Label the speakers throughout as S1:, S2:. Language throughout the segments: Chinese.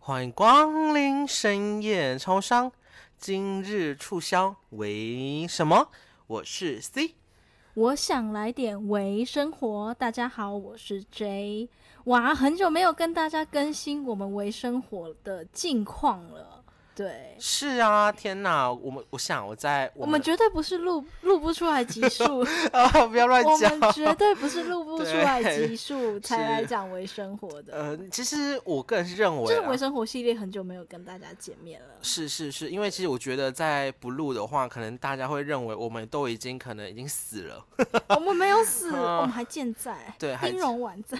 S1: 欢迎光临深夜超商，今日促销为什么？我是 C，
S2: 我想来点微生活。大家好，我是 J。哇，很久没有跟大家更新我们微生活的近况了。对，
S1: 是啊，天哪，我们我想我在
S2: 我们绝对不是录录不出来集数，
S1: 啊，不要 乱
S2: 我
S1: 讲，
S2: 们绝对不是录不出来集数才
S1: 是
S2: 来讲微生活的。
S1: 呃，啊其实我个人是认
S2: 就
S1: 为
S2: 是
S1: 啦
S2: 微生活系列很久没有跟大家见面了。
S1: 是是是，因为其实我觉得在不录的话，可能大家会认为我们都已经可能已经死了，
S2: 我们没有死，
S1: 啊
S2: 我们还健在，
S1: 对还
S2: 音容宛在。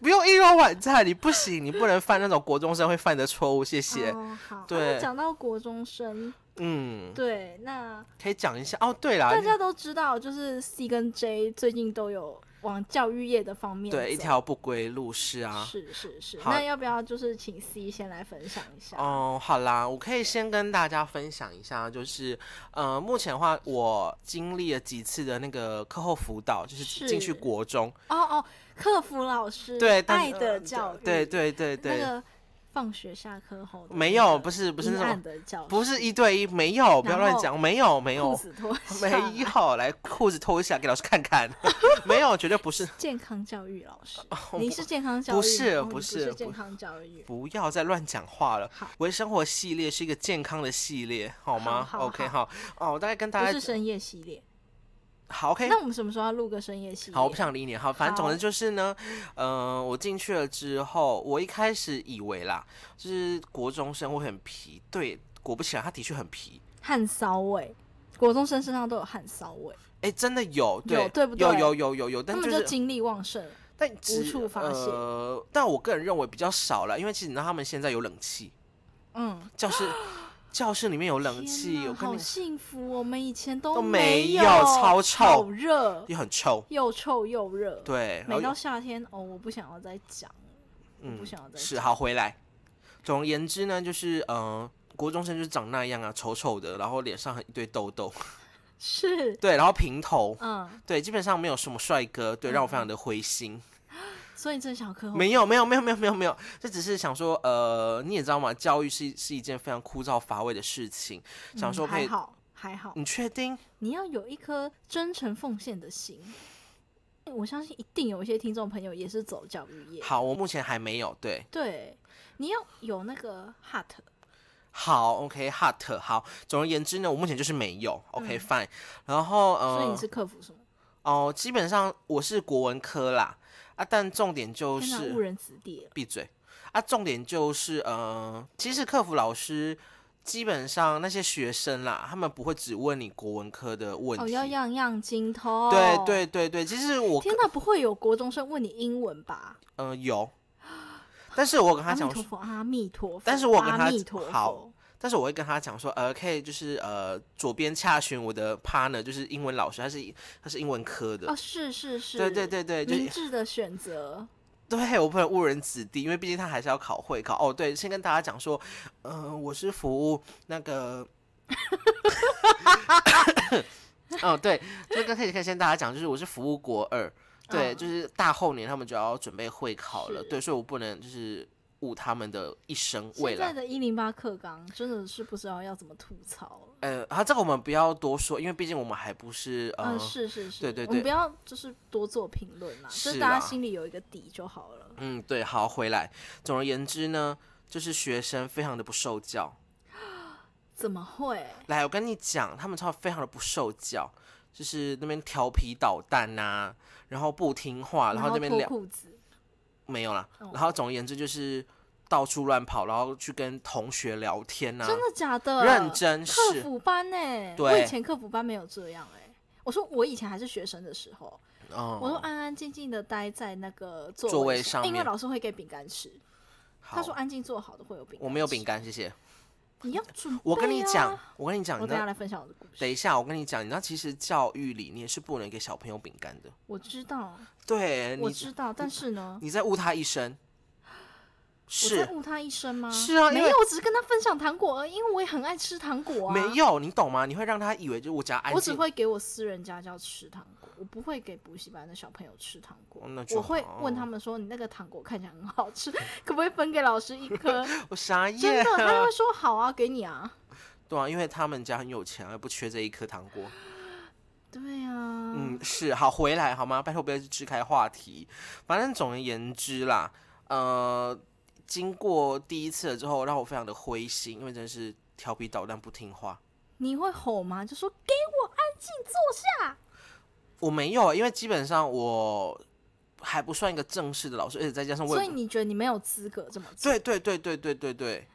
S1: 不用一柔晚餐，你不行，你不能犯那种国中生会犯的错误，谢谢。
S2: 哦，好。
S1: 对
S2: 那讲到国中生，
S1: 嗯，
S2: 对，那
S1: 可以讲一下哦。对啦，
S2: 大家都知道，就是 C 跟 J 最近都有往教育业的方面走
S1: 对一条不归路是啊。
S2: 是是是。
S1: 好
S2: 那要不要就是请 C 先来分享一下？
S1: 哦，好啦，我可以先跟大家分享一下，就是呃，目前的话，我经历了几次的那个课后辅导，就是
S2: 是
S1: 进去国中，
S2: 哦哦，客服老师，
S1: 对，但呃
S2: 爱的教育，
S1: 对对对对，
S2: 那个放学下课后的
S1: 没
S2: 那个
S1: 有，不是不是
S2: 阴
S1: 那
S2: 暗
S1: 种，
S2: 的教室，
S1: 不是一对一，没有，不要乱
S2: 然后
S1: 讲，没有没
S2: 裤
S1: 有
S2: 子脱下
S1: 没
S2: 来
S1: 有，来裤子脱一下给老师看看， 没有，绝对不是，
S2: 健康教育老师，
S1: 我
S2: 你
S1: 不
S2: 是健康教育，
S1: 不是
S2: 哦你
S1: 不
S2: 不
S1: 是
S2: 健
S1: 不
S2: 康教育，
S1: 不要再乱讲话了
S2: 好。
S1: 微生活系列是一个健康的系列，好吗
S2: 好好
S1: o k 好，哦，我大概跟大
S2: 不
S1: 家
S2: 是深夜系列。
S1: 好，OK，
S2: 那我们什么时候要录个深夜系列？
S1: 好，我不想理你。好，反正总之
S2: 好
S1: 就是呢，呃，我进去了之后，我一开始以为啦，就是国中生会很皮，对，果不其然，他的确很皮。
S2: 汗骚味，国中生身上都有汗骚味，
S1: 哎、真的有，对，
S2: 有对不对
S1: 有有有有有，但
S2: 他们
S1: 是
S2: 就精力旺盛。
S1: 但只
S2: 处发泄
S1: 呃，但我个人认为比较少了，因为其实你知道他们现在有冷气，
S2: 嗯，
S1: 教 室教室里面有冷气，
S2: 天
S1: 我
S2: 哪
S1: 跟
S2: 好
S1: 你
S2: 幸福，哦我们以前都
S1: 都
S2: 没
S1: 没有超臭
S2: 好热，
S1: 也很臭，
S2: 又臭又热。，
S1: 对，然后
S2: 每
S1: 又嗯
S2: 到夏天，哦，我不想要再讲了，我不想要再
S1: 是啊
S2: 讲
S1: 好回来。总而言之呢，就是呃，国中生就是长那样啊，丑丑的，然后脸上很一堆痘痘，
S2: 是，
S1: 对，然后平头，
S2: 嗯，
S1: 对，基本上没有什么帅哥，对，让我非常的灰心。
S2: 所以你真的想课后
S1: 没有，没有，没有，没有，没有，没有，这只是想说，呃，你也知道嘛，教育是是一件非常枯燥乏味的事情，想说
S2: 嗯
S1: 可以嗯
S2: 还，好还好，
S1: 你确定？
S2: 你要有一颗真诚奉献的心。我相信一定有一些听众朋友也是走教育业，
S1: 好，我目前还没有，对，
S2: 对，你要有那个 heart，
S1: 好，OK，hot，、好。总而言之呢，我目前就是没有，OK，fine、然后呃，
S2: 嗯所以你是克服什么？
S1: 哦，基本上我是国文科啦，啊，但重点就
S2: 天哪，误
S1: 是
S2: 人子弟了。
S1: 闭嘴啊，重点就是呃，其实客服老师基本上那些学生啦，他们不会只问你国文科的问
S2: 哦，
S1: 题，
S2: 要样样精通。哦
S1: 对。对对对，其实我
S2: 天哪，不会有国中生问你英文吧？
S1: 呃有，但是我跟他
S2: 阿弥
S1: 讲
S2: 陀
S1: 说，
S2: 佛，阿弥陀佛。
S1: 但是我跟他
S2: 阿弥陀佛
S1: 好，但是我会跟他讲说，呃，可以就是呃左边洽询我的 partner，就是英文老师，他是他是英文科的，
S2: 哦，是是是，
S1: 对对对对，就
S2: 明智的 选择。
S1: 对我不能误人子弟，因为毕竟他还是要考会考。哦，对，先跟大家讲说，嗯、我是服务那 个，哦，对，就是刚开始可以先跟大家讲，就是我是服务国二，对，
S2: 嗯
S1: 就是大后年他们就要准备会考了，
S2: 是
S1: 对，所以我不能就是误他们的一生未
S2: 现在
S1: 来。
S2: 的一零八课纲真的是不知道要怎么吐槽了。
S1: 呃，啊，这个我们不要多说，因为毕竟我们还不是呃，
S2: 嗯，是是是，
S1: 对对
S2: 我们
S1: 对
S2: 不要就是多做评论啦，就是是大
S1: 啦
S2: 家心里有一个底就好了。
S1: 嗯，对，好，回来。总而言之呢，就是学生非常的不受教，
S2: 怎么会？
S1: 来，我跟你讲，他们超非常的不受教，就是那边调皮捣蛋呐、然后不听话，然后那边
S2: 脱
S1: 聊
S2: 裤子，
S1: 没有啦，
S2: 哦
S1: 然后总而言之就是到处乱跑，然后去跟同学聊天呐、
S2: 真的假的？
S1: 认真
S2: 客
S1: 是
S2: 服班呢、
S1: 对
S2: 我以前客服班没有这样哎、我说我以前还是学生的时候，我说
S1: 哦，
S2: 安安静静的待在那个座
S1: 座位
S2: 位
S1: 上面
S2: 因为老师会给饼干吃。
S1: 好
S2: 他说安静坐好的会有饼干。
S1: 我没有饼，干，谢谢。
S2: 你要准备、啊。
S1: 我跟你讲，，我跟你讲，
S2: 我
S1: 你知
S2: 等一下
S1: 道，
S2: 来分享我的故事。
S1: 等一下，我跟你讲，你知道，其实教育理念是不能给小朋友饼干的，
S2: 我知道，
S1: 对，
S2: 我
S1: 你
S2: 知道，但是呢，
S1: 你在误他一生，
S2: 我
S1: 是
S2: 在误他一生吗？
S1: 是啊因
S2: 没
S1: 为
S2: 有，我只是跟他分享糖果而已，因为我也很爱吃糖果啊。
S1: 没，有，你懂吗？你会让他以为就是我只要安
S2: 我只
S1: 静，
S2: 会给我私人家教吃糖果，我不会给补习班的小朋友吃糖果。
S1: 哦那就
S2: 我会
S1: 好
S2: 问他们说：“你那个糖果看起来很好吃， 可不可以分给老师一颗
S1: 我 傻？”眼
S2: 真的，他
S1: 了
S2: 会。说：“好啊，给你啊。
S1: 对啊，因为他们家很有钱，而不缺这一颗糖果。”
S2: 对啊，
S1: 嗯，是好回来好吗？拜托不要去支开话题。反正总而言之啦，呃，经过第一次了之后，让我非常的灰心，因为真的是调皮捣蛋不听话。
S2: 你会吼吗？就说给我啊安静坐下。
S1: 我没有，因为基本上我还不算一个正式的老师，而且再加上我
S2: 所
S1: 也
S2: 以你觉得你没有资格这么做？
S1: 对对对对对对对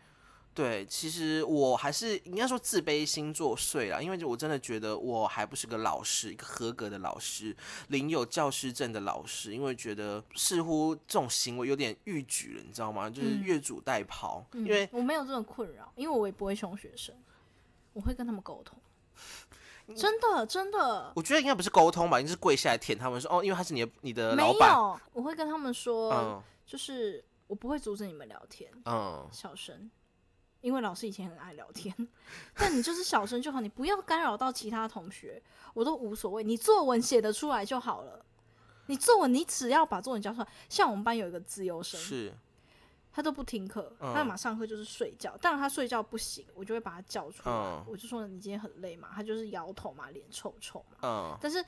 S1: 对，其实我还是应该说自卑心作祟啦，因为就我真的觉得我还不是个老师，一个合格的老师，领有教师证的老师，因为觉得似乎这种行为有点逾矩了，你知道吗？就是
S2: 嗯
S1: 越俎代庖，
S2: 嗯
S1: 因为
S2: 我没有这种困扰，因为我也不会凶学生，我会跟他们沟通。真的，真的
S1: 我觉得应该不是沟通吧，应该是跪下来舔他们说哦，因为他是你的你的
S2: 没
S1: 老板，
S2: 有，我会跟他们说，
S1: 嗯
S2: 就是我不会阻止你们聊天，
S1: 嗯，
S2: 小声，因为老师以前很爱聊天， 但你就是小声就好，你不要干扰到其他同学，我都无所谓，你作文写得出来就好了。你作文，你只要把作文交出来。像我们班有一个自由生，
S1: 是
S2: 他都不听课，
S1: 嗯
S2: 他马上课就是睡觉。当然他睡觉不行，我就会把他叫出来，
S1: 嗯
S2: 我就说你今天很累嘛，他就是摇头嘛，脸臭臭嘛。
S1: 嗯，
S2: 但是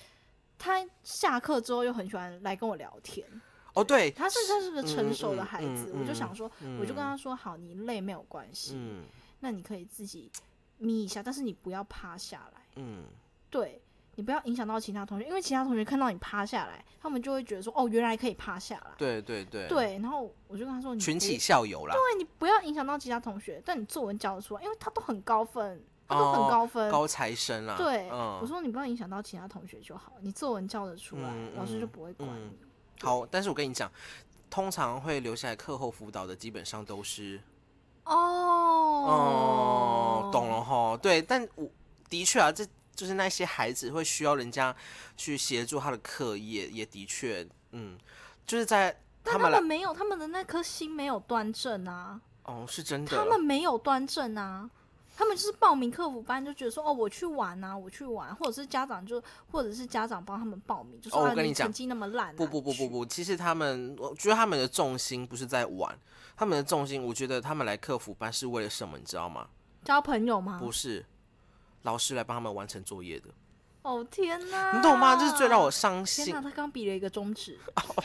S2: 他下课之后又很喜欢来跟我聊天，
S1: 哦对，
S2: 他是他是个
S1: 嗯
S2: 成
S1: 嗯
S2: 熟的
S1: 嗯
S2: 孩
S1: 嗯
S2: 子，我就
S1: 嗯
S2: 想说，
S1: 嗯
S2: 我就跟他说，好，你累没有关系，
S1: 嗯
S2: 那你可以自己眯一下，但是你不要趴下来，
S1: 嗯
S2: 对你不要影响到其他同学，因为其他同学看到你趴下来，他们就会觉得说，哦，原来可以趴下来，
S1: 对对对，
S2: 对。然后我就跟他说，你
S1: 群
S2: 不
S1: 起效尤啦，
S2: 对你不要影响到其他同学，但你作文交得出来，因为他都很高分，他都
S1: 哦
S2: 很高分。
S1: 高材生啦，
S2: 对，
S1: 嗯
S2: 我。说你不要影响到其他同学就好，你作文交得出来，
S1: 嗯
S2: 老师就
S1: 嗯
S2: 不会管
S1: 嗯
S2: 你。
S1: 好，但是我跟你讲，通常会留下来课后辅导的，基本上都是
S2: 哦
S1: 哦，懂了。哈。对，但我的确啊，这就是那些孩子会需要人家去协助他的课业，也的确，嗯，就是在
S2: 但
S1: 他
S2: 他
S1: 们来
S2: 们没有，他们的那颗心没有端正啊，
S1: 哦，是真的
S2: 他，们没有端正啊，他们就是报名客服班就觉得说，哦，我去玩啊，我去玩，或者是家长就，或者是家长帮他们报名，就说、
S1: 哦我
S2: 啊
S1: 跟你讲
S2: 成绩那么烂、啊，
S1: 不不不不
S2: 去，
S1: 不，其实他们，我觉得他们的重心不是在玩，他们的重心，我觉得他们来客服班是为了什么，你知道吗？
S2: 交朋友吗？
S1: 不是老师来帮他们完成作业的，
S2: 哦天哪，
S1: 你懂吗？这是最让我伤
S2: 天
S1: 心
S2: 哪，他刚比了一个 中指，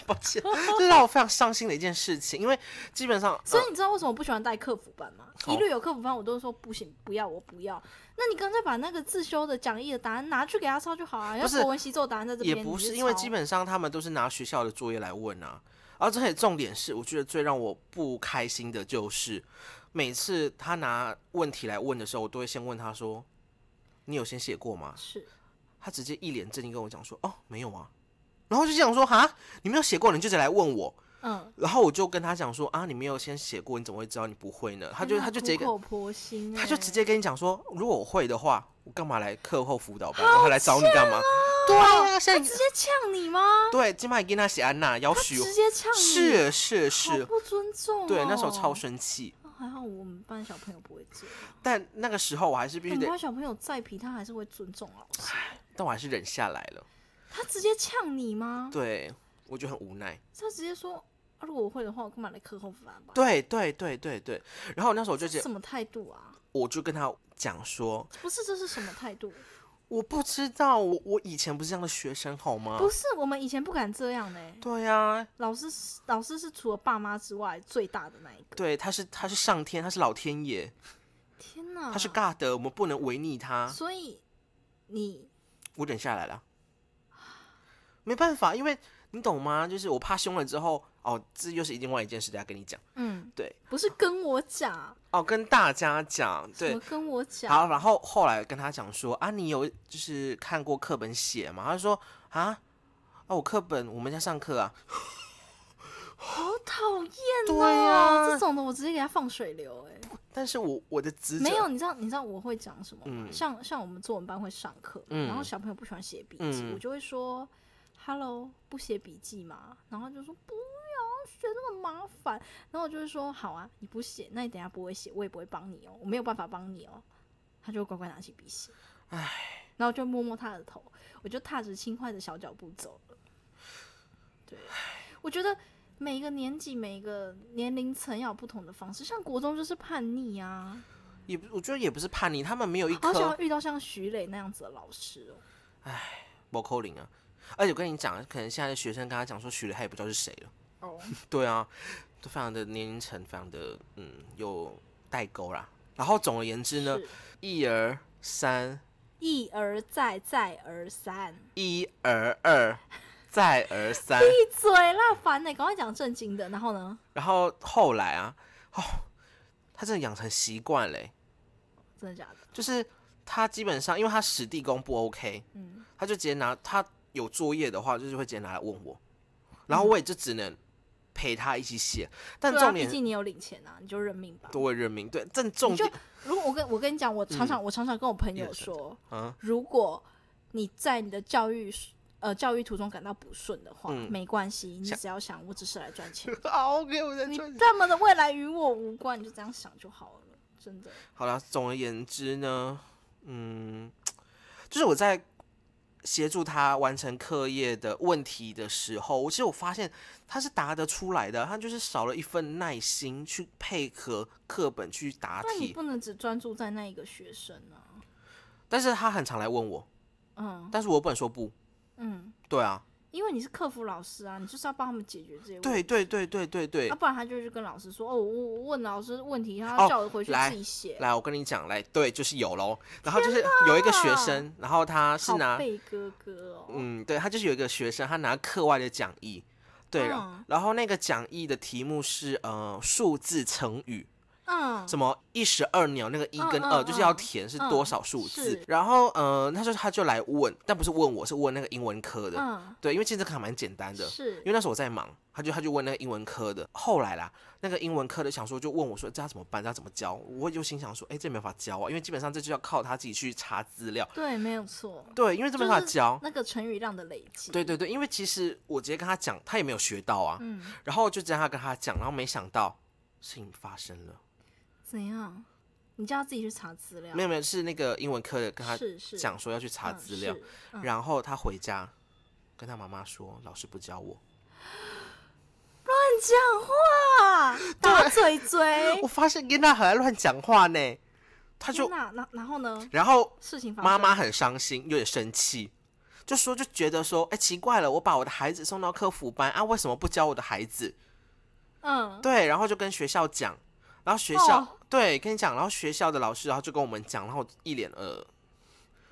S1: 抱歉，这让我非常伤心的一件事情，因为基本上，
S2: 所
S1: 呃
S2: 以你知道为什么我不喜欢带客服班吗？
S1: 好
S2: 一律有客服班，我都说不行，不要，我不要。那你干脆把那个自修的讲义的答案拿去给他抄就好啊。要
S1: 不是
S2: 国文习作答案在这
S1: 也
S2: 边，
S1: 不
S2: 你就是
S1: 因为
S2: 抄
S1: 基本上他们都是拿学校的作业来问啊。而这且重点是，我觉得最让我不开心的就是，每次他拿问题来问的时候，我都会先问他说：“你有先写过吗
S2: 是？”
S1: 他直接一脸震惊跟我讲说：“哦，没有啊。”然后就想说：“哈，你没有写过，你就直接来问我。
S2: 嗯”，
S1: 然后我就跟他讲说：“啊，你没有先写过，你怎么会知道你不会呢？”他就
S2: 天哪
S1: 他就直接
S2: 哎苦
S1: 跟
S2: 口婆心欸，
S1: 他就直接跟你讲说，如果我会的话，我干嘛来课后辅导班？我还来找你干嘛？对啊，
S2: 哦他
S1: 现在
S2: 直接呛你吗？
S1: 对，金马给他写安娜要
S2: 他
S1: 许
S2: 直接呛你，
S1: 哦是是
S2: 好
S1: 是，
S2: 不尊重哦。
S1: 对，那时候超生气，
S2: 哦。还好我们班小朋友不会这样，
S1: 但那个时候我还是必
S2: 我
S1: 须
S2: 们
S1: 得，
S2: 班小朋友再皮，他还是会尊重老师。
S1: 但我还是忍下来了。
S2: 他直接呛你吗？
S1: 对，我就很无奈。
S2: 他直接说，啊如果我会的话，我干嘛来课后辅导班？
S1: 对对对对对，然后那时候我就
S2: 这
S1: 觉
S2: 什么态度啊？
S1: 我就跟他讲说，
S2: 不是，这是什么态度？
S1: 我不知道，我我以前不是这样的学生好吗
S2: 不？是，我们以前不敢这样呢、
S1: 对啊，
S2: 老师是，老师是除了爸妈之外最大的那一个。
S1: 对，他是他是上天，他是老天爷，
S2: 天哪！
S1: 他是尬的，我们不能违逆他。
S2: 啊所以你
S1: 我忍下来了，没办法，因为你懂吗？就是我怕凶了之后，哦，这又是另外一件事，等下跟你讲。
S2: 嗯，
S1: 对，
S2: 不是跟我讲，
S1: 哦，跟大家讲，
S2: 什
S1: 对
S2: 么，跟我讲？
S1: 好，然后后来跟他讲说啊，你有就是看过课本写吗？他就说啊，啊，我课本我们在上课啊，
S2: 好讨厌
S1: 对啊呀
S2: 哦！这种的我直接给他放水流、欸，
S1: 但是我我的职责
S2: 没有，，你知道，你知道我会讲什么吗？
S1: 嗯
S2: 像像我们作文班会上课，
S1: 嗯
S2: 然后小朋友不喜欢写笔记，
S1: 嗯
S2: 我就会说：“Hello，不写笔记嘛。”然后就说：“不要，学那么麻烦。然后我就会说好啊，你不写，那你等一下不会写，我也不会帮你哦，我没有办法帮你哦。他就乖乖拿起笔写，
S1: 唉，
S2: 然后就摸摸他的头，我就踏着轻快的小脚步走了。对，我觉得每一个年纪、每一个年龄层要有不同的方式，像国中就是叛逆啊，
S1: 也不我觉得也不是叛逆，他们没有一
S2: 好想
S1: 颗
S2: 要遇到像徐磊那样子的老师哦。
S1: 包扣零啊。而且我跟你讲，可能现在的学生跟他讲说许磊，他也不知道是谁了。
S2: 哦，
S1: 对啊，都非常的年龄层，非常的嗯有代沟啦。然后总而言之呢，
S2: 是
S1: 一而三，
S2: 一而再，再而三，
S1: 一而二，再而三。
S2: 闭嘴啦，烦欸呢、赶快讲正经的。然后呢，
S1: 然后后来啊，哦，他真的养成习惯嘞，
S2: 真的假的？
S1: 就是他基本上因为他史地功不 OK，
S2: 嗯，
S1: 他就直接拿他有作业的话，就是会直接拿来问我，然后我也就只能陪他一起写。但
S2: 嗯对啊，
S1: 重
S2: 毕
S1: 点
S2: 竟你有领钱啊，你就认命吧。
S1: 都会认命，对，但重
S2: 你就
S1: 点
S2: 如果我跟我跟你讲，我常常、我常常跟我朋友说，
S1: 嗯
S2: 如果你在你的教育呃教育途中感到不顺的话，
S1: 嗯
S2: 没关系，你
S1: 想
S2: 只要想我只是来赚 钱，
S1: 好 OK，我在
S2: 你
S1: 赚钱。
S2: 他们的未来与我无关，你就这样想就好了，真的。
S1: 好了，总而言之呢，嗯，就是我在协助他完成课业的问题的时候，我其实我发现他是答得出来的，他就是少了一份耐心去配合课本去答
S2: 那你
S1: 题，
S2: 不能只专注在那一个学生啊，
S1: 但是他很常来问我，
S2: 嗯
S1: 但是我不能说不，
S2: 嗯，
S1: 对啊，
S2: 因为你是客服老师啊，你就是要帮他们解决这些问题。
S1: 对对对对对对
S2: 要、，不然他就去跟老师说：“哦，我我问老师问题，
S1: 哦
S2: 他叫我回去
S1: 来
S2: 自己写。
S1: 来，我跟你讲，来，对，就是有喽，然后就是有一个学生，然后他是
S2: 好
S1: 拿
S2: 贝哥哥哦，
S1: 嗯，对他就是有一个学生，他拿课外的讲义，对，然后
S2: 嗯
S1: 然后那个讲义的题目是呃数字成语，
S2: 嗯，
S1: 什么一石二鸟那个一跟
S2: 嗯嗯
S1: 二就是要
S2: 嗯
S1: 填是
S2: 嗯
S1: 多少数字，
S2: 是
S1: 然后呃他说他就来问，但不是问我是问那个英文科的，
S2: 嗯，
S1: 对，因为其实这个还蛮简单的，
S2: 是
S1: 因为那时候我在忙，他就他就问那个英文科的，后来啦，那个英文科的想说就问我说这要怎么办，这要怎么教，我就心想说，哎，这没法教啊，因为基本上这就要靠他自己去查资料，
S2: 对，没有错，
S1: 对，因为这没法
S2: 就是
S1: 教。
S2: 那个成语量的累积，
S1: 对对对，因为其实我直接跟他讲，他也没有学到啊，
S2: 嗯，
S1: 然后就这样跟他讲，然后没想到事情发生了，
S2: 怎样？你叫他自己去查资料，
S1: 没有没有，是那个英文科的跟他
S2: 是是
S1: 讲说要去查资料，
S2: 嗯是嗯
S1: 然后他回家跟他妈妈说，老师不教我，
S2: 乱讲话，打嘴嘴，
S1: 啊我发现跟他很爱乱讲话呢，他就
S2: 天哪然然后呢？
S1: 然后
S2: 事情发生
S1: 妈妈很伤心，有点生气。就说就觉得说，哎、奇怪了，我把我的孩子送到客服班啊，为什么不教我的孩子？
S2: 嗯，
S1: 对，然后就跟学校讲，然后学校、
S2: 哦
S1: 对跟你讲，然后学校的老师，然后就跟我们讲，然后一脸呃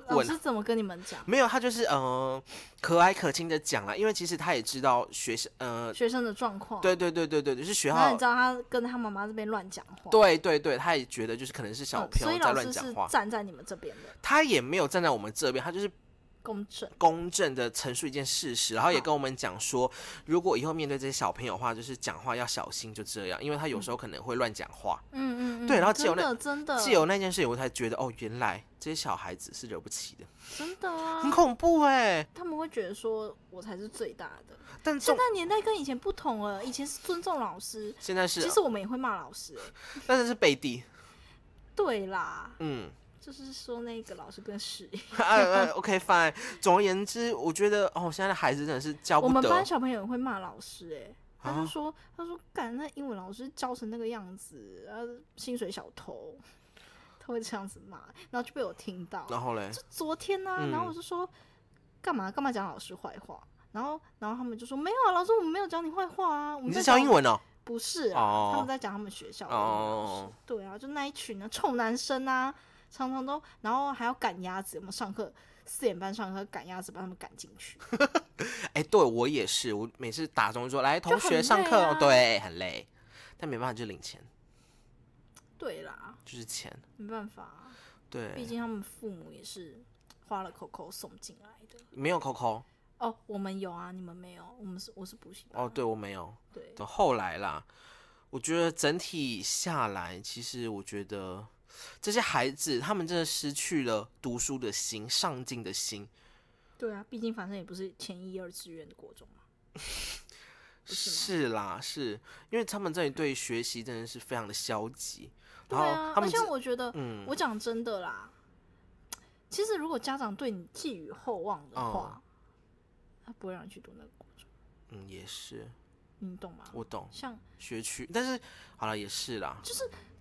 S2: 老
S1: 问
S2: 师怎么跟你们讲？
S1: 没有，他就是呃和蔼可亲的讲了，因为其实他也知道学校呃，
S2: 学生的状况，，
S1: 对对对对对，就是学
S2: 然后
S1: 校
S2: 哦你知，道他跟他妈妈这边乱讲话，
S1: 对对对，他也觉得就是可能是小
S2: 嗯，
S1: 朋
S2: 所
S1: 友
S2: 以
S1: 在
S2: 老
S1: 乱
S2: 师
S1: 讲
S2: 是
S1: 话，
S2: 站在你们这边的
S1: 他也没有站在我们这边，他就是
S2: 公正。
S1: 公正的陈述一件事实，然后也
S2: 好
S1: 跟我们讲说，如果以后面对这些小朋友的话，就是讲话要小心，就这样，因为他
S2: 嗯
S1: 有时候可能会乱讲话。
S2: 嗯嗯，嗯
S1: 对然后借由
S2: 真
S1: 那
S2: 的真的
S1: 既有那件事情，我才觉得哦，原来这些小孩子是惹不起的。
S2: 真的啊
S1: 很，恐怖哎、
S2: 他们会觉得说我才是最大的。
S1: 但
S2: 现
S1: 重
S2: 在年代跟以前不同了，以前是尊重老师，
S1: 现在
S2: 其
S1: 是，啊
S2: 实我们也会骂老师、欸。
S1: 但是是背地，
S2: 对啦，
S1: 嗯，
S2: 就是说那个老师跟屎。
S1: 啊啊，OK fine。总而言之，我觉得哦，现在的孩子真的是教
S2: 我
S1: 啊不
S2: 们
S1: 得啊
S2: 班，小朋友也会骂老师、欸，他就说，他说，干那英文老师教成那个样子，然后薪水小偷， 他会这样子骂，然后就被我听到。
S1: 然后嘞，
S2: 昨天呢、
S1: 嗯
S2: 然后我就说干嘛干嘛讲老师坏话，然后然后他们就说没有啊，老师我们没有讲你坏话啊，我们
S1: 你
S2: 在
S1: 是教
S2: 讲
S1: 英文哦，
S2: 不是啊，
S1: 哦
S2: 他们在讲他们学校的英文老师
S1: 哦，
S2: 对啊，就那一群啊臭男生啊，常常都然后还要赶鸭子，我们上课四点半上课赶鸭子把他们赶进去，
S1: 哎，对我也是，我每次打钟说来，同
S2: 很
S1: 学上
S2: 累
S1: 课哦
S2: 啊，
S1: 对，很累，但没办法，就领钱，
S2: 对啦，
S1: 就是钱，
S2: 没办法啊、毕
S1: 对，
S2: 竟他们父母也是花了口口送进来的。
S1: 没有 Coco，
S2: 哦，我们有啊，你们没有，我们是我是补习班啊
S1: 哦，对我没有。
S2: 对，
S1: 等后来啦，我觉得整体下来，其实我觉得这些孩子他们真的失去了读书的心、上进的心。
S2: 对啊，毕竟反正也不是前一二志愿的国中嘛。不是吗？
S1: 是啦，是因为他们这里对学习真的是非常的消极，
S2: 对
S1: 然后
S2: 啊，
S1: 他
S2: 而
S1: 们
S2: 且
S1: 只
S2: 我觉得，
S1: 嗯
S2: 我讲真的啦，其实如果家长对你寄予厚望的
S1: 哦
S2: 话，他不会让你去读那个国中，
S1: 嗯也是，
S2: 你懂吗？
S1: 我懂
S2: 像
S1: 学区，但是好了也是啦，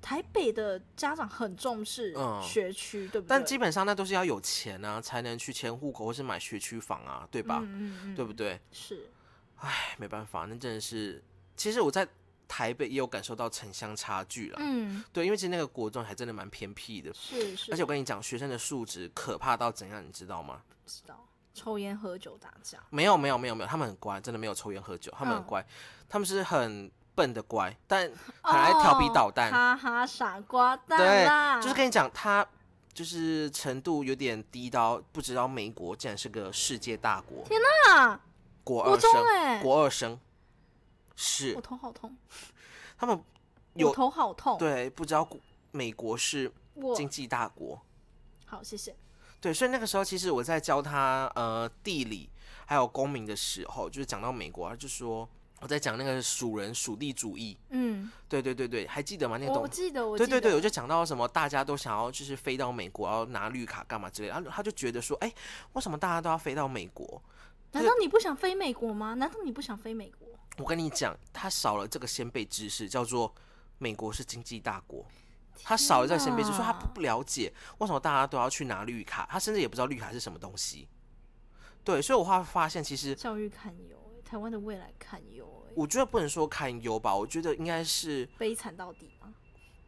S2: 台北的家长很重视
S1: 嗯
S2: 学区，对不对？
S1: 但基本上那都是要有钱啊才能去迁户口或是买学区房啊，对吧？
S2: 嗯嗯嗯，
S1: 对不？对？
S2: 是，
S1: 唉，没办法，那真的是，其实我在台北也有感受到城乡差距啦，
S2: 嗯，
S1: 对，因为其实那个国中还真的蛮偏僻的，
S2: 是是，
S1: 而且我跟你讲，学生的素质可怕到怎样，你知道吗？
S2: 不知道抽烟、喝酒、打架，
S1: 没有没有没有没有，他们很乖，真的没有抽烟喝酒，他们很
S2: 嗯
S1: 乖，他们是很笨的乖，但很爱调皮
S2: 哦
S1: 捣蛋，
S2: 哈哈，傻瓜蛋啦，
S1: 对，就是跟你讲，他就是程度有点低到不知道美国竟然是个世界大国，
S2: 啊，
S1: 国
S2: 国
S1: 二
S2: 中
S1: 生，
S2: 哎，
S1: 呃国二生，是
S2: 我头好痛，
S1: 他们有
S2: 我头好痛，
S1: 对不知道国美国是
S2: 我
S1: 经济大国，
S2: 好谢谢，
S1: 对，所以那个时候其实我在教他呃地理还有公民的时候，就是讲到美国，啊他就说我在讲那个属人属地主义，
S2: 嗯，
S1: 对对对对，还记得吗？那个
S2: 我我
S1: 东
S2: 记得，我
S1: 对
S2: 记
S1: 对对，
S2: 得
S1: 我就讲到什么大家都想要就是飞到美国，然后拿绿卡干嘛之类的，然后他就觉得说，哎、为什么大家都要飞到美国？
S2: 难道你不想飞美国吗？难道你不想飞美国？
S1: 我跟你讲，他少了这个先辈知识，叫做美国是经济大国。他少了这个先辈知识，
S2: 天
S1: 说
S2: 哪
S1: 他不了解为什么大家都要去拿绿卡，他甚至也不知道绿卡是什么东西。对，所以我会发现，其实
S2: 教育堪忧欸，台湾的未来堪忧欸，
S1: 我觉得不能说堪忧吧，我觉得应该是，
S2: 悲惨到底吗？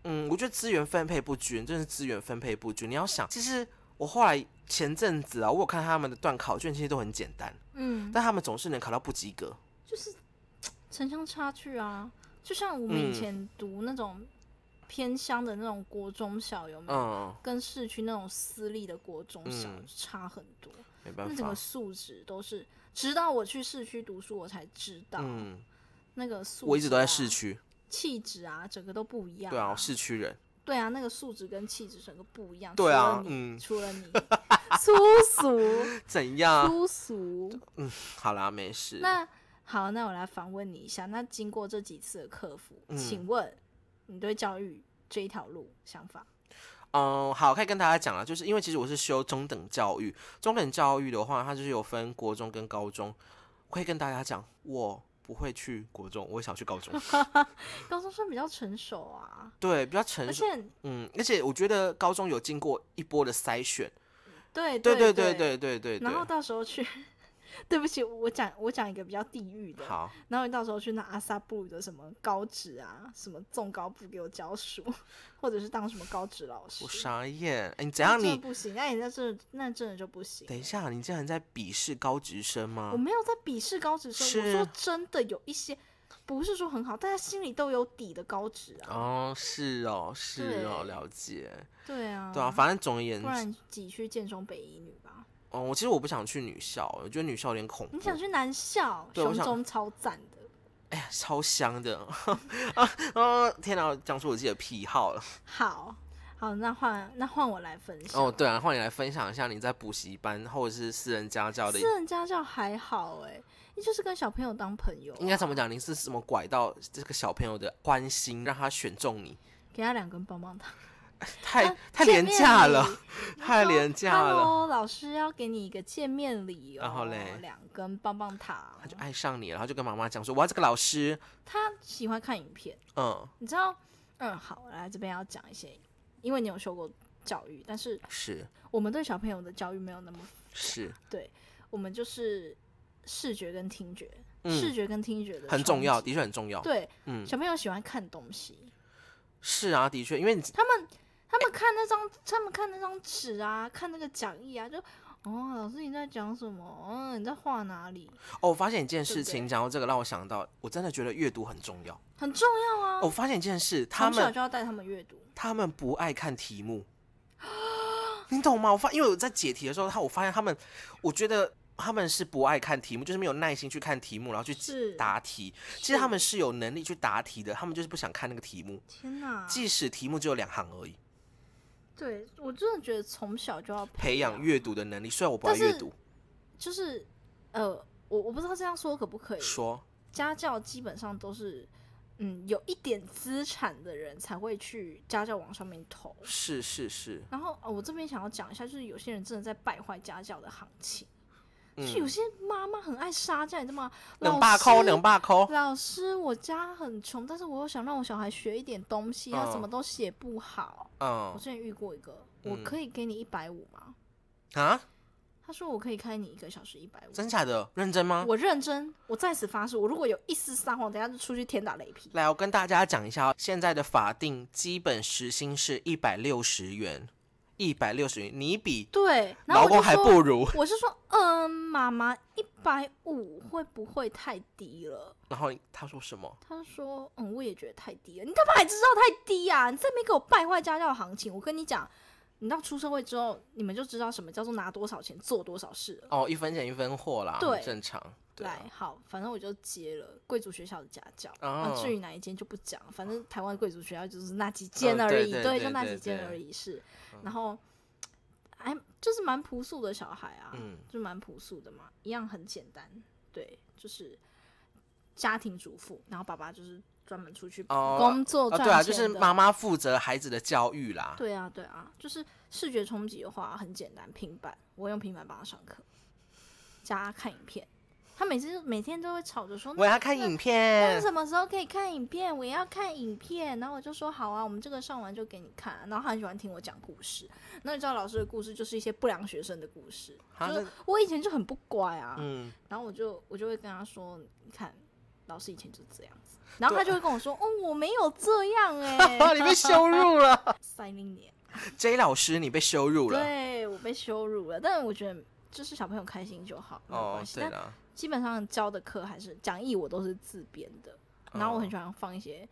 S1: 嗯，我觉得资源分配不均，真的是资源分配不均。你要想，其实我后来前阵子啊，我有看他们的段考卷，其实都很简单，
S2: 嗯，
S1: 但他们总是能考到不及格。
S2: 就是城乡差距啊，就像我们以
S1: 嗯
S2: 前读那种偏乡的那种国中小，有没有？
S1: 嗯，
S2: 跟市区那种私立的国中小
S1: 嗯
S2: 差很多，
S1: 没办
S2: 那整
S1: 法
S2: 个。素质都是，直到我去市区读书，我才知道、
S1: 嗯，
S2: 那个素、啊
S1: 我一直都在市，区，
S2: 气质啊，整个都不一样、
S1: 对啊，我市区人。
S2: 对啊，那个素质跟气质整个不一样。
S1: 对啊
S2: 除了，你，
S1: 嗯，
S2: 除了你， 粗俗，
S1: 怎样？
S2: 粗俗。
S1: 好啦，没事。
S2: 那好，那我来反问你一下，那经过这几次的克服，
S1: 嗯
S2: 请问你对教育这一条路想法？
S1: 嗯，好，可以跟大家讲了，就是因为其实我是修中等教育，中等教育的话，它就是有分国中跟高中。我可以跟大家讲，我不会去国中，我想去高中，
S2: 高中生比较成熟啊，
S1: 对，比较成
S2: 而
S1: 熟。
S2: 且
S1: 嗯，而且我觉得高中有经过一波的筛选，
S2: 对
S1: 对
S2: 对
S1: 对对对对
S2: 然后
S1: 对。
S2: 到时候去， 对不起，我讲我讲一个比较地狱的，
S1: 好，
S2: 然后你到时候去那阿萨布鲁的什么高职啊，什么纵高部给我教书，或者是当什么高职老师
S1: 我，傻眼。哎，你怎
S2: 那
S1: 样
S2: 真的
S1: 你？
S2: 不行，那你那真的那真的就不行。
S1: 等一下，你竟然在鄙视高职生吗
S2: 我？没有在鄙视高职生，我
S1: 啊是
S2: 说真的有一些不是说很好，大家心里都有底的高职啊，
S1: 哦，是哦，是哦，
S2: 对
S1: 了解。
S2: 对啊，
S1: 对啊，反正总而言
S2: 不
S1: 之，
S2: 然挤去建中北一女吧，
S1: 哦，我其实我不想去女校，我觉得女校有点恐怖。
S2: 你想去南校，
S1: 对我
S2: 雄
S1: 想
S2: 中超赞的，
S1: 哎呀，超香的 啊啊！天哪，讲出我自己的癖好了。
S2: 好好，那换那换我来分享
S1: 哦，，对啊，换你来分享一下你在补习班或者是私人家教的，
S2: 私人家教还好哎、你就是跟小朋友当朋友啊、
S1: 应该怎么讲？你是怎么拐到这个小朋友的欢心，让他选中 你？
S2: 给他两根棒棒糖，
S1: 太
S2: 啊
S1: 太
S2: 见
S1: 廉
S2: 面
S1: 价
S2: 礼
S1: 了， 太廉价了。
S2: Hello，老师要给你一个见面礼哦，
S1: 然后嘞
S2: 两根棒棒糖
S1: 他。就爱上你了，然后就跟妈妈讲说：“我要这个老师。
S2: 他喜欢看影片，”
S1: 嗯，
S2: 你知道？嗯，好，我来这边要讲一些，因为你有修过教育，但是
S1: 是
S2: 我们对小朋友的教育没有那么，
S1: 是，
S2: 我们就是视觉跟听觉，视
S1: 嗯，
S2: 觉跟听觉的
S1: 很重要，
S2: 冲击。
S1: 的确很重要。
S2: 对，
S1: 嗯，
S2: 小朋友喜欢看东西，
S1: 是啊，的确，因为你
S2: 他们他们看那张，他们看那张纸啊，看那个讲义啊，就哦，老师你在讲什么？嗯，你在画哪里？
S1: 哦，我发现一件
S2: 对
S1: 事
S2: 不
S1: 情，
S2: 对
S1: 讲到这个让我想到，我真的觉得阅读很重要。
S2: 很重要啊。
S1: 哦我发现一件事，他
S2: 从小
S1: 们
S2: 就要带他们阅读，
S1: 他们不爱看题目， 你懂吗？我发，因为我在解题的时候，他我发现他们，我觉得他们是不爱看题目，就是没有耐心去看题目，然后去
S2: 是
S1: 答题。其实他们
S2: 是
S1: 是有能力去答题的，他们就是不想看那个题目，
S2: 天哪，
S1: 即使题目只有两行而已。
S2: 啊对我真的觉得从小就要
S1: 培养
S2: 养
S1: 阅读的能力，虽然我不爱
S2: 但
S1: 阅
S2: 是
S1: 读，
S2: 就是呃，我我不知道这样说可不可以，
S1: 说
S2: 家教基本上都是，嗯，有一点资产的人才会去家教网上面投。
S1: 是是是，
S2: 然后、哦、我这边想要讲一下，就是有些人真的在败坏家教的行情，就是有
S1: 嗯，
S2: 些妈妈很爱杀价，你知道吗？
S1: 冷
S2: 老
S1: 霸抠，
S2: 师
S1: 冷霸抠，
S2: 老师，我家很穷，但是我又想让我小孩学一点东西，他什
S1: 嗯
S2: 么都写不好。我
S1: 嗯
S2: 之前遇过一个，我
S1: 嗯
S2: 可以给你一百五吗？
S1: 啊，
S2: 他说我可以开你一个小时一百五。
S1: 真假的，认真吗？
S2: 我认真，我在此发誓，我如果有一丝撒谎，等下就出去天打雷劈。
S1: 来，我跟大家讲一下哦，现在的法定基本时薪是一百六十元，一百六十元，你比
S2: 对，然
S1: 劳
S2: 后我就
S1: 工
S2: 说，
S1: 还不如。
S2: 我是说，嗯，妈妈，一百五会不会太低了？
S1: 然后他说什么？
S2: 他说，嗯，我也觉得太低了。你他妈还知道太低啊？你再没给我败坏家教行情，我跟你讲，你到出社会之后，你们就知道什么叫做拿多少钱做多少事了。
S1: 哦，一分钱一分货啦，
S2: 对
S1: 很正常。对啊
S2: 来，好，反正我就接了贵族学校的家教，啊，
S1: 哦
S2: 至于哪一间就不讲，反正台湾贵族学校就是那几间而
S1: 哦对
S2: 已，
S1: 对对
S2: 就那
S1: 对
S2: 几间
S1: 对嗯
S2: 而已是，然后，哎，就是蛮朴素的小孩啊，
S1: 嗯
S2: 就蛮朴素的嘛，一样很简单，对，就是家庭主妇，然后爸爸就是专门出去
S1: 哦
S2: 工作
S1: 啊，
S2: 赚钱
S1: 对
S2: 的、
S1: 啊，就是妈妈负责孩子的教育啦。
S2: 对啊，对啊，就是视觉冲击的话很简单，平板，我用平板帮他上课，加看影片。他每次每天都会吵着说，
S1: 我要看影
S2: 那
S1: 片，
S2: 什么时候可以看影片？我也要看影片。然后我就说好啊，我们这个上完就给你看。啊然后他很喜欢听我讲故事。那你知道老师的故事就是一些不良学生的故事，
S1: 啊
S2: 就是
S1: 这
S2: 我以前就很不乖啊，
S1: 嗯，
S2: 然后我就我就会跟他说，你看老师以前就是这样子。然后他就会跟我说，哦，我没有这样哎、
S1: 啊 ，你被羞辱 了
S2: 塞林年，
S1: ，J 老师，你被羞辱了。
S2: 对我被羞辱了。但我觉得就是小朋友开心就好，没有
S1: 哦
S2: 关，系。
S1: 对
S2: 但
S1: 啦，
S2: 基本上教的课还是讲义，我都是自编的，然后我很喜欢放一些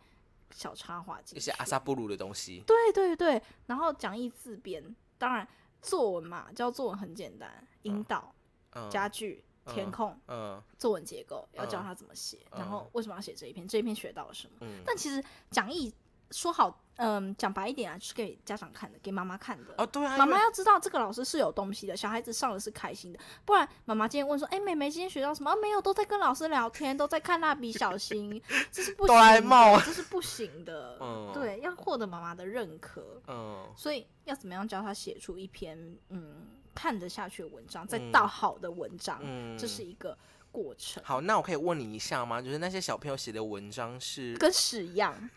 S2: 小插画进去，
S1: 嗯一些阿萨布鲁的东西。
S2: 对对对，然后讲义自编，当然作文嘛，教作文很简单，引导、
S1: 嗯
S2: 家具、填
S1: 嗯
S2: 空、
S1: 嗯
S2: 作文结构，要教
S1: 嗯
S2: 他怎么写，
S1: 嗯
S2: 然后为什么要写这一篇，这一篇学到了什么。
S1: 嗯。
S2: 但其实讲义说好，嗯，讲白一点啊，就是给家长看的，给妈妈看的。
S1: 哦，对啊，
S2: 妈
S1: 因为
S2: 妈要知道这个老师是有东西的，小孩子上的是开心的，不然妈妈今天问说：“哎、妹妹今天学到什么？”啊没有，都在跟老师聊天，都在看蜡笔小新，这是不行
S1: 哆啦 A
S2: 的
S1: 梦，
S2: 这是不行 的。
S1: 嗯
S2: 对，要获得妈妈的认可，
S1: 嗯，
S2: 所以要怎么样教他写出一篇嗯看得下去的文章，再到好的文章，
S1: 嗯
S2: 这是一个过程，
S1: 好，那我可以问你一下吗？就是那些小朋友写的文章是
S2: 跟屎一样。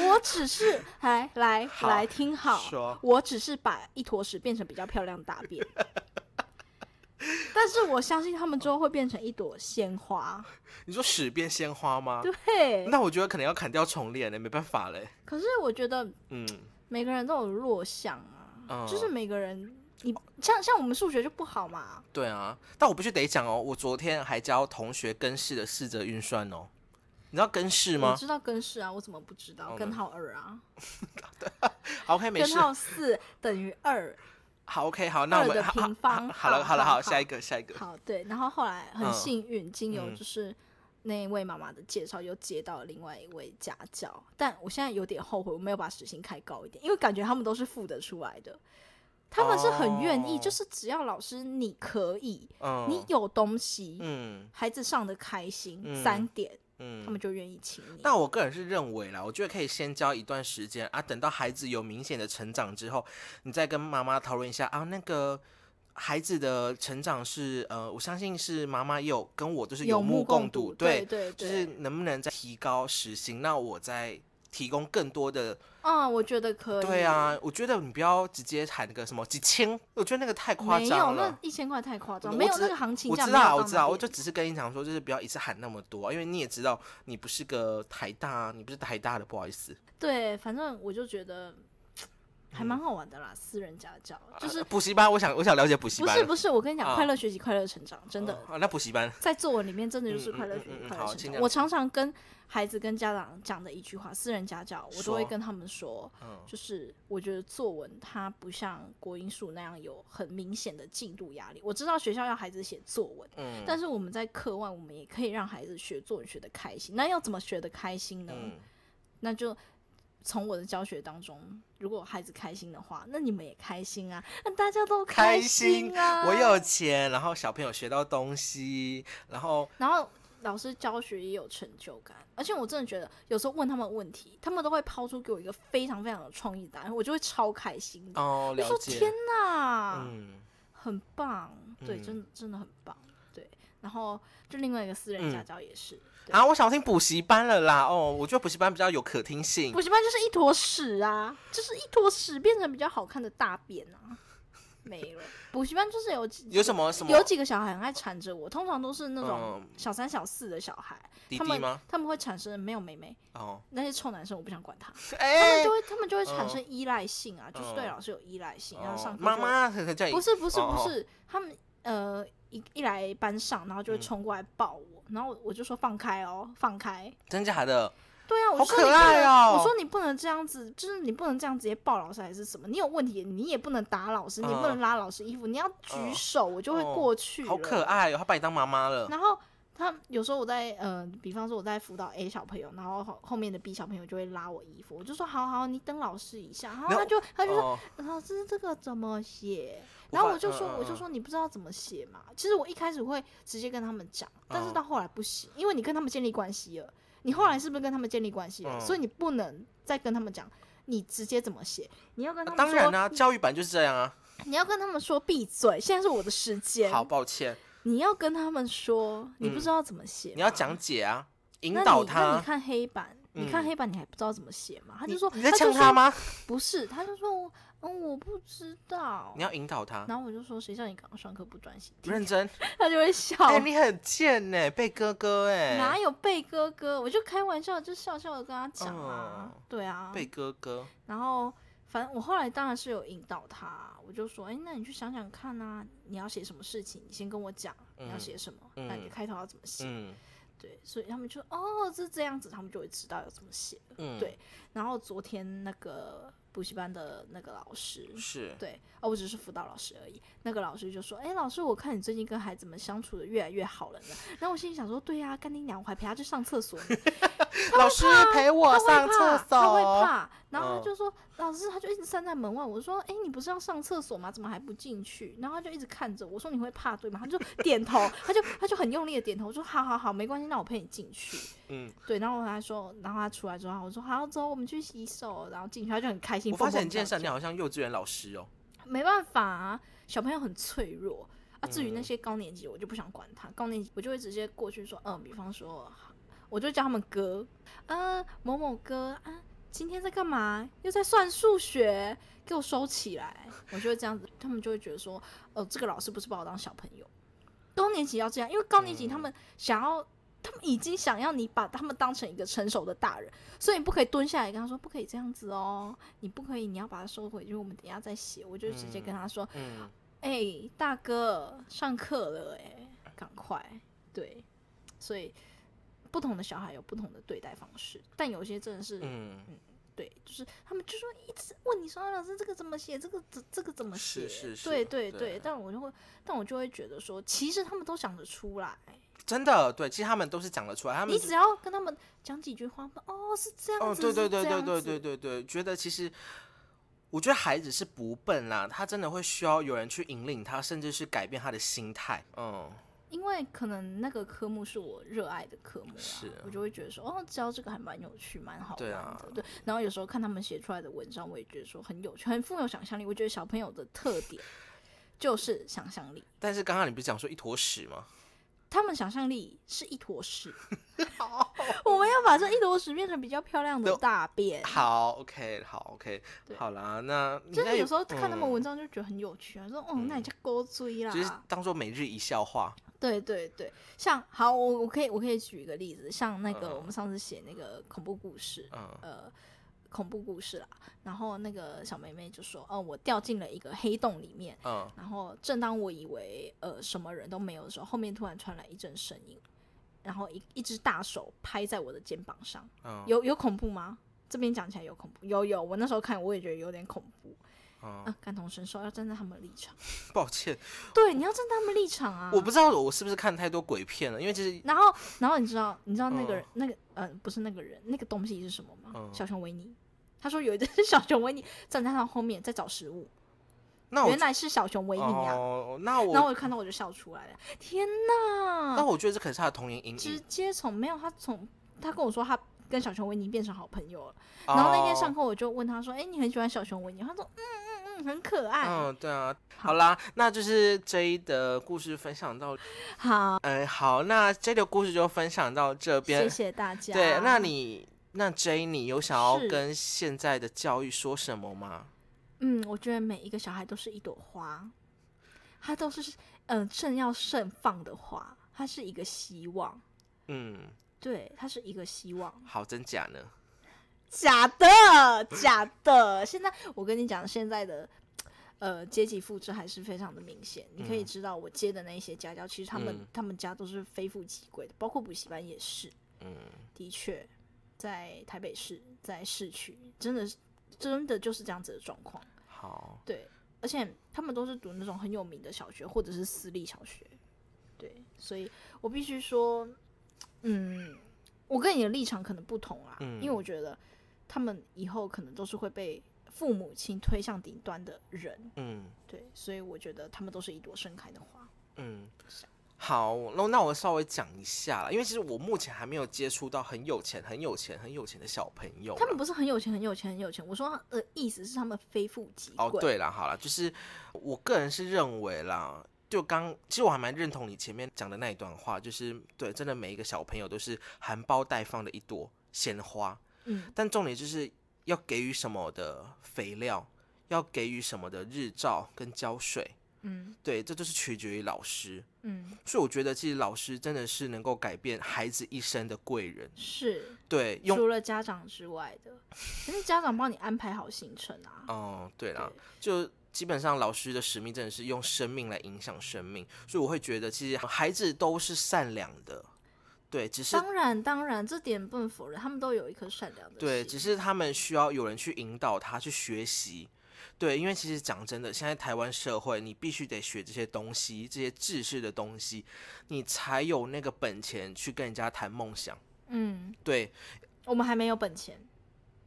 S2: 我只是来来
S1: 好
S2: 来听好，
S1: 说
S2: 我只是把一坨屎变成比较漂亮的大便， 但是我相信他们之后会变成一朵鲜花。
S1: 你说屎变鲜花吗？
S2: 对，
S1: 那我觉得可能要砍掉重练了，没办法嘞。
S2: 可是我觉得
S1: 嗯，
S2: 每个人都有弱项啊，
S1: 嗯哦
S2: 就是每个人。你像像我们数学就不好嘛，
S1: 对啊，但我必须得讲哦，我昨天还教同学根式的四则运算哦。你知道根式
S2: 我
S1: 吗
S2: 知道根式啊，我怎么不知道？
S1: 哦
S2: 根
S1: 那
S2: 号二啊，
S1: 好？OK，没
S2: 根
S1: 事。
S2: 号四等于二，
S1: 好，OK，好，那我
S2: 二
S1: 们
S2: 的
S1: 好
S2: 平方
S1: 好了，
S2: 好
S1: 好了，
S2: 好
S1: 好，下
S2: 好
S1: 一个，下一个。
S2: 好，对，然后后来很
S1: 嗯
S2: 幸运，经由
S1: 嗯
S2: 就是那一位妈妈的介绍，又接到了另外一位家教，但我现在有点后悔，我没有把时薪开高一点，因为感觉他们都是付得出来的，他们是很愿意，
S1: 哦
S2: 就是只要老师你可以，
S1: 嗯，
S2: 你有东西，
S1: 嗯
S2: 孩子上的开心，
S1: 嗯
S2: 三点他
S1: 嗯。
S2: 们就愿意请你。
S1: 但我个人是认为啦，我觉得可以先教一段时间啊，等到孩子有明显的成长之后，你再跟妈妈讨论一下啊，那个。孩子的成长是，呃，我相信是妈妈也有跟我就是有
S2: 目
S1: 目
S2: 共
S1: 睹，
S2: 对对
S1: 就
S2: 对，
S1: 是能不能再提高时薪？那我再提供更多的。
S2: 嗯，我觉得可以。
S1: 对，啊，我觉得你不要直接喊个什么几千，我觉得那个太夸
S2: 没有
S1: 张
S2: 那
S1: 了。
S2: 一千块太夸张，
S1: 我
S2: 没有
S1: 只
S2: 那个行情
S1: 我
S2: 价
S1: 知
S2: 没有
S1: 道，我
S2: 到
S1: 知
S2: 那
S1: 道，我
S2: 边
S1: 就只是跟你讲说，就是不要一次喊那么多，因为你也知道你不是个台大，你不是台大的，不好意思，
S2: 对，反正我就觉得
S1: 嗯
S2: 还蛮好玩的啦，私人家教就是
S1: 呃补习班，我想我想了解补习
S2: 不
S1: 班
S2: 是
S1: 了，
S2: 不是，我跟你讲，
S1: 啊
S2: 快乐学习，快乐成长，真的
S1: 啊，那补习班，
S2: 在作文里面真的就
S1: 嗯
S2: 是快乐
S1: 嗯
S2: 学
S1: 嗯
S2: 习，
S1: 嗯
S2: 快
S1: 好
S2: 乐成
S1: 请
S2: 长。
S1: 讲
S2: 我常常跟孩子跟家长讲的一句话，私人家教，我都会
S1: 说
S2: 跟他们说，
S1: 嗯
S2: 就是我觉得作文它不像国英数那样有很明显的进度压力。我知道学校要孩子写作文，
S1: 嗯，
S2: 但是我们在课外，我们也可以让孩子学作文学的开心。那要怎么学的开心呢？
S1: 嗯
S2: 那就从我的教学当中，如果孩子开心的话，那你们也开心啊，那大家都
S1: 开
S2: 心啊。
S1: 我有钱，然后小朋友学到东西，然后
S2: 然后老师教学也有成就感，而且我真的觉得有时候问他们问题，他们都会抛出给我一个非常非常有创意的答案，我就会超开心的。
S1: 哦，
S2: 我
S1: 了
S2: 说
S1: 解。
S2: 天哪，
S1: 嗯，
S2: 很棒，对，
S1: 嗯
S2: 真的真的很棒，对。然后就另外一个私人
S1: 嗯
S2: 家教也是，对
S1: 啊，我想听补习班了啦。哦，我觉得补习班比较有可听性
S2: 补。习班就是一坨屎啊，就是一坨屎变成比较好看的大便啊，没了。补习班就是有几
S1: 有什么什么
S2: 有几个小孩很爱缠着我，通常都是那种
S1: 嗯
S2: 小三小四的小孩，
S1: 滴
S2: 他
S1: 滴
S2: 们
S1: 吗？
S2: 他们会产生没有妹妹
S1: 哦，
S2: 那些臭男生，我不想管他，他
S1: 哎
S2: 们就，会他们就会产生依赖性啊，就是对
S1: 嗯
S2: 老师有依赖性，然后
S1: 哦
S2: 上课
S1: 妈
S2: 就
S1: 妈可能叫你
S2: 不是不是
S1: 哦
S2: 不
S1: 哦
S2: 是，他们呃一一来班上，然后就会
S1: 嗯
S2: 冲过来抱我，然后我我就说放开哦，放开。
S1: 真假的？
S2: 对啊，我
S1: 好
S2: 说
S1: 可
S2: 你不能
S1: 爱哦
S2: 我说你不能这样子，就是你不能这样直接抱老师还是什么？你有问题，你也不能打老师，你也不能
S1: 嗯
S2: 拉老师衣服，你要举手，我就会
S1: 哦
S2: 过去、
S1: 好可。爱哦，他把你当妈妈了。
S2: 然后他有时候我在呃，比方说我在辅导 A 小朋友，然后后后面的 B 小朋友就会拉我衣服，我就说好好，你等老师一下。然后
S1: 然后
S2: 他就他就说、
S1: 哦，
S2: 老师这个怎么写？
S1: 我
S2: 然后
S1: 发
S2: 我就说
S1: 嗯嗯
S2: 我就
S1: 嗯
S2: 说你不知道怎么写嘛。其实我一开始会直接跟他们讲，但是
S1: 嗯
S2: 到后来不行，因为你跟他们建立关系了，你后来是不是跟他们建立关系
S1: 嗯
S2: 了？所以你不能再跟他们讲。你直接怎么写？你要跟他们
S1: 啊当
S2: 说，
S1: 然啦、教育版就是这样啊。
S2: 你要跟他们说闭嘴，现在是我的时间。
S1: 好，抱歉，
S2: 你要跟他们说，你不
S1: 嗯
S2: 知道怎么写、
S1: 你要讲。解啊，引
S2: 那
S1: 导
S2: 你那你
S1: 他。
S2: 看黑板，你看
S1: 嗯
S2: 黑板，你还不知道怎么写吗？他
S1: 你
S2: 就说，
S1: 你在
S2: 就
S1: 呛
S2: 说
S1: 他吗？
S2: 不是，他就说，嗯，我不知道。
S1: 你要引导他，
S2: 然后我就说，谁叫你刚刚上课不专心听？
S1: 认真。
S2: 他就会笑。
S1: 哎、你很贱呢、被哥哥哎、
S2: 哪有贝哥哥？我就开玩笑，就笑笑的跟他讲啊，
S1: 哦
S2: 对啊。
S1: 被哥哥。
S2: 然后反正我后来当然是有引导他，我就说，哎、那你去想想看啊，你要写什么事情，你先跟我讲你要
S1: 嗯
S2: 写什么，那你的
S1: 嗯
S2: 开头要怎么写？
S1: 嗯
S2: 对，所以他们就哦是这样子，他们就会知道要怎么写。
S1: 嗯，
S2: 对然后昨天那个补习班的那个老师，
S1: 是。
S2: 对，啊，我只是辅导老师而已。那个老师就说：“哎、老师，我看你最近跟孩子们相处的越来越好了呢。”然后我心里想说：“对呀、干你娘！我还陪他去上厕所呢，
S1: 老师陪我
S2: 他会
S1: 上
S2: 怕，
S1: 厕
S2: 他会
S1: 所。
S2: 怕。”然后
S1: 嗯
S2: 他就说：“老师，他就一直站在门外。”我说：“哎、你不是要上厕所吗？怎么还不进去？”然后他就一直看着我我说：“你会怕对吗？”他就点头，他就他就很用力的点头，我说：“好好好，没关系，那我陪你进去。”
S1: 嗯，
S2: 对，然后我还说，然后他出来之后，我说：“好，走，我们去洗手。”然后进去，他就很开心。
S1: 我发
S2: 蹦
S1: 现
S2: 蹦
S1: 你这件
S2: 跳
S1: 事，你好像幼稚园老师哦、
S2: 没办法、啊，小朋友很脆弱啊。至于那些高年级，我就不想管他。高年级我就会直接过去说，嗯，比方说，我就叫他们哥，嗯，某某哥啊，今天在干嘛？又在算数学，给我收起来。我就会这样子，他们就会觉得说，哦、这个老师不是把我当小朋友。高年级要这样，因为高年级他们想要。他们已经想要你把他们当成一个成熟的大人，所以你不可以蹲下来跟他说不可以这样子哦，你不可以，你要把它收回去，我们等一下再写。我就直接跟他说，
S1: 嗯，
S2: 哎、大哥，上课了哎、赶快。对，所以不同的小孩有不同的对待方式，但有些真的是，
S1: 嗯，
S2: 对，就是他们就说一直问你说啊老师这个怎么写，这个这这个怎么
S1: 是
S2: 写，
S1: 是是
S2: 对对
S1: 对
S2: 对，但我就会，但我就会觉得说，其实他们都想得出来，
S1: 真的，对，其实他们都是讲得出来，他们
S2: 你只要跟他们讲几句话，哦是这样
S1: 哦，
S2: 子，
S1: 对对
S2: 是
S1: 对
S2: 这
S1: 对
S2: 样
S1: 对
S2: 子
S1: 对对对，觉得其实，我觉得孩子是不笨啦，他真的会需要有人去引领他，甚至是改变他的心态。嗯，
S2: 因为可能那个科目是我热爱的科目、啊，
S1: 是
S2: 我就会觉得说，哦，教这个还蛮有趣，蛮好玩
S1: 对
S2: 的，
S1: 啊
S2: 对。然后有时候看他们写出来的文章，我也觉得说很有趣，很富有想象力。我觉得小朋友的特 点就是想象力，
S1: 但是刚刚你不是讲说一坨屎吗？
S2: 他们想象力是一 坨屎，我们要把这一坨屎变成比较漂亮的
S1: 都
S2: 大便。
S1: 好，OK，好，OK，
S2: 对
S1: 好啦，那应
S2: 就
S1: 该
S2: 是有时候看他们
S1: 嗯
S2: 文章啊就觉得很有趣啊，说哦，那你叫勾追啦，
S1: 就是当做每日一笑话。
S2: 对对对，像好，我我可以我可以举一个例子，像那个、
S1: 嗯
S2: 我们上次写那个恐怖故事，
S1: 嗯
S2: 呃，恐怖故事啦，然后那个小妹妹就说，哦、我掉进了一个黑洞里面，
S1: 嗯，
S2: 然后正当我以为呃什么人都没有的时候，后面突然传来一阵声音，然后一一只大手拍在我的肩膀上，
S1: 嗯
S2: 有有恐怖吗？这边讲起来有恐怖，有有，我那时候看我也觉得有点恐怖
S1: 嗯
S2: 啊，感同身受，要站在他们的立场，
S1: 抱歉，
S2: 对，你要站在他们立场啊，
S1: 我不知道我是不是看太多鬼片了，因为其实
S2: 然后，然后你知道，你知道那
S1: 嗯
S2: 个人，那个，呃，不是那个人，那个东西是什么吗？
S1: 嗯
S2: 小熊维尼。他说有一只小熊维尼站在他后面在找食物，
S1: 那我
S2: 原来是小熊维尼啊。
S1: 哦，那
S2: 然后
S1: 我
S2: 我就嗯看到我就笑出来了，天哪！
S1: 那我觉得这可能是他的童年阴
S2: 直
S1: 影。
S2: 接从没有他从他跟我说他跟小熊维尼变成好朋友了。然后那天上
S1: 哦
S2: 课我就问他说：“哎、你很喜欢小熊维尼？”他说：“嗯嗯嗯，很可爱。
S1: 嗯，对啊，好啦，那就是 J 的故事分享到，
S2: 好，
S1: 嗯，好，那 J 的故事就分享到这
S2: 谢
S1: 边。
S2: 谢大家。
S1: 对，那你那 J，你有想要
S2: 是
S1: 跟现在的教育说什么吗？
S2: 嗯，我觉得每一个小孩都是一朵花，他都是嗯、呃正要盛放的花，它是一个希望，
S1: 嗯，
S2: 对，它是一个希望。
S1: 好，真假呢？
S2: 假的，假的。现在我跟你讲，现在的呃阶级复制还是非常的明显。你可以
S1: 嗯
S2: 知道，我接的那一些家教，其实他们、
S1: 嗯
S2: 他们家都是非富即贵的，包括补习班也是。
S1: 嗯，
S2: 的确，在台北市，在市区，真的是真的就是这样子的状况。
S1: 好，
S2: 对，而且他们都是读那种很有名的小学或者是私立小学，对，所以我必须说，嗯，我跟你的立场可能不同啦，
S1: 嗯
S2: 因为我觉得他们以后可能都是会被父母亲推向顶端的人，
S1: 嗯
S2: 对，所以我觉得他们都是一朵盛开的花，
S1: 嗯。好，那那我稍微讲一下啦，因为其实我目前还没有接触到很有钱、很有钱、很有钱的小朋友啦。
S2: 他们不是很有钱，很有钱，很有钱，我说他的意思是他们非富即贵，
S1: 哦，对了，好了，就是我个人是认为啦，就刚其实我还蛮认同你前面讲的那一段话，就是对，真的每一个小朋友都是含苞待放的一朵鲜花，
S2: 嗯，
S1: 但重点就是要给予什么的肥料，要给予什么的日照跟浇水，
S2: 嗯
S1: 对，这就是取决于老师。
S2: 嗯，
S1: 所以我觉得，其实老师真的是能够改变孩子一生的贵人。
S2: 是
S1: 对，用
S2: 除了家长之外的，可是家长帮你安排好行程啊，
S1: 哦，对啦，就基本上老师的使命真的是用生命来影响生命，所以我会觉得其实孩子都是善良的，对，只是
S2: 当然，当然，这点不能否认，他们都有一颗善良的心。
S1: 对，只是他们需要有人去引导他去学习。对，因为其实讲真的，现在台湾社会，你必须得学这些东西，这些知识的东西，你才有那个本钱去跟人家谈梦想。
S2: 嗯，
S1: 对，
S2: 我们还没有本钱。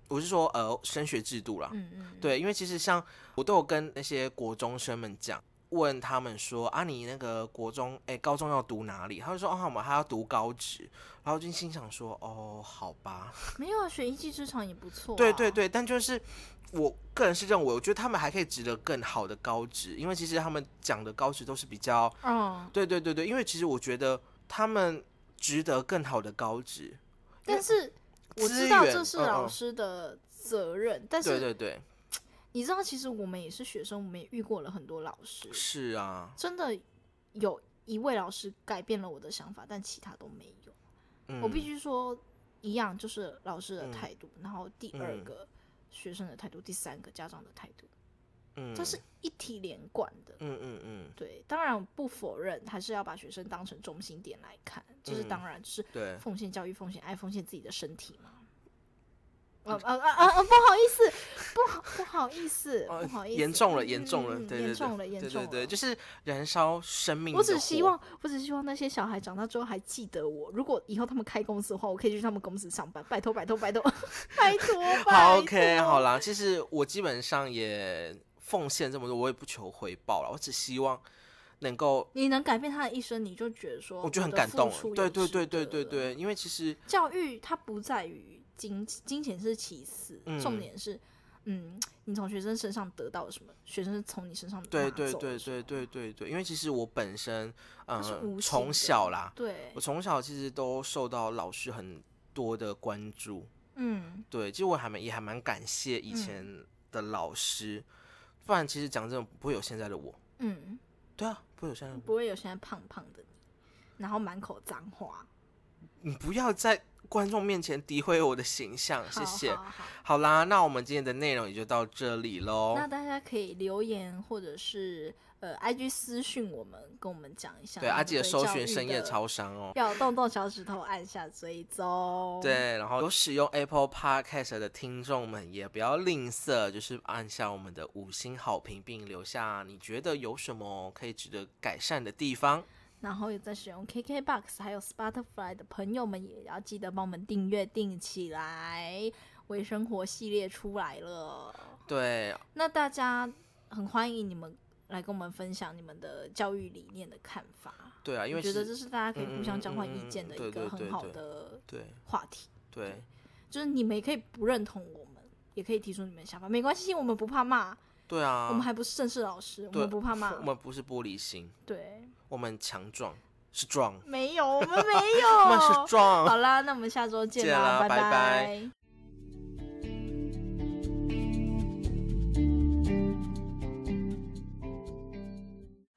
S1: 我是说，呃，升学制度啦，
S2: 嗯嗯，
S1: 对，因为其实像我都有跟那些国中生们讲，问他们说啊，你那个国中哎、高中要读哪里？他们说哦，我们还要读高职。然后就心想说哦，好吧，
S2: 没有啊，学一技之长也不错、啊。
S1: 对对，对，但就是我个人是认为，我觉得他们还可以值得更好的高职，因为其实他们讲的高职都是比较，
S2: 嗯，
S1: 对对对对，因为其实我觉得他们值得更好的高职，
S2: 但是我
S1: 资
S2: 知道
S1: 源
S2: 这是
S1: 嗯嗯
S2: 老师的责任，但
S1: 对
S2: 是
S1: 对对，
S2: 你知道，其实我们也是学生，我们也遇过了很多老师，
S1: 是啊，
S2: 真的有一位老师改变了我的想法，但其他都没有。
S1: 嗯，
S2: 我必须说，一样就是老师的
S1: 嗯
S2: 态度，然后第二
S1: 嗯
S2: 个学生的态度，第三个家长的态度，
S1: 嗯，
S2: 这是一体连贯的。
S1: 嗯嗯嗯，
S2: 对，当然不否认，还是要把学生当成中心点来看，就是
S1: 嗯
S2: 当然就是
S1: 对，
S2: 奉献教育、奉献爱、奉献自己的身体嘛。呃
S1: 嗯
S2: 呃呃呃呃，不好意思，不好不好意思，
S1: 哦
S2: 不好意思，
S1: 严重了，
S2: 嗯
S1: 严重了，
S2: 嗯嗯
S1: 对
S2: 严
S1: 对对，
S2: 重了，严
S1: 对
S2: 重
S1: 对对，
S2: 了。
S1: 就是燃烧生命的火。
S2: 我只希望，我只希望那些小孩长大之后还记得我。如果以后他们开公司的话，我可以去他们公司上班。拜托，拜托，拜托， 拜托。
S1: 好
S2: 拜
S1: OK，
S2: 托
S1: 好啦，其实我基本上也奉献这么多，我也不求回报了，我只希望能够，
S2: 你能改变他的一生，你就觉得说，
S1: 我就很感动了。啊对对对对
S2: 对
S1: 对对，因为其实
S2: 教育它不在于金金钱是其次，
S1: 嗯
S2: 重点是，嗯，你从学生身上得到了什么，学生是从你身上
S1: 对
S2: 拿
S1: 对
S2: 走
S1: 对
S2: 了什
S1: 对
S2: 么
S1: 对对对，因为其实我本身
S2: 它是
S1: 嗯
S2: 无形
S1: 从
S2: 的
S1: 小啦，
S2: 对
S1: 我，从小其实都受到老师很多的关注，
S2: 嗯
S1: 对，其实我还蛮也还蛮感谢以
S2: 嗯
S1: 前的老师，不然其实讲真的不会有现在的我。
S2: 嗯，
S1: 对啊，不会有现在的我。
S2: 不会有现在胖胖的你，然后满口脏话，
S1: 你不要在观众面前诋毁我的形象，
S2: 好
S1: 呃谢谢。
S2: 好好
S1: 好啦，那我们今天的内容也就到这里喽。
S2: 那大家可以留言或者是呃，IG 私讯我们，跟我们讲一下。
S1: 对，阿记得搜寻深夜
S2: 超，
S1: 超商哦。
S2: 要动动小指头按下追踪。，
S1: 对，然后有使用 Apple Podcast 的听众们也不要吝啬，就是按下我们的五星好评，并留下你觉得有什么可以值得改善的地方。
S2: 然后有在使用 KKBox 还有 Spotify 的朋友们，也要记得帮我们订阅订起来。微生活系列出来了，
S1: 对，
S2: 那大家很欢迎你们来跟我们分享你们的教育理念的看法。
S1: 对啊，因为
S2: 我觉得
S1: 是
S2: 这是大家可以互相交换
S1: 嗯嗯嗯
S2: 意见
S1: 嗯
S2: 的
S1: 对
S2: 一个
S1: 对
S2: 很
S1: 对
S2: 好
S1: 对
S2: 的
S1: 对
S2: 话题，
S1: 对
S2: 就是你们也可以不认同我们，也可以提出你们的想法，没关系，我们不怕骂，
S1: 对啊，
S2: 我们还不是正式老师，我
S1: 对
S2: 们不怕骂
S1: 我，们不是玻璃心，
S2: 对，
S1: 我们强壮是
S2: 哦
S1: 壮，
S2: 没有，我们没
S1: 我们是
S2: 有。
S1: 壮。
S2: 好啦，那我们下周见
S1: 见啦
S2: 啦，
S1: 拜
S2: 拜
S1: 拜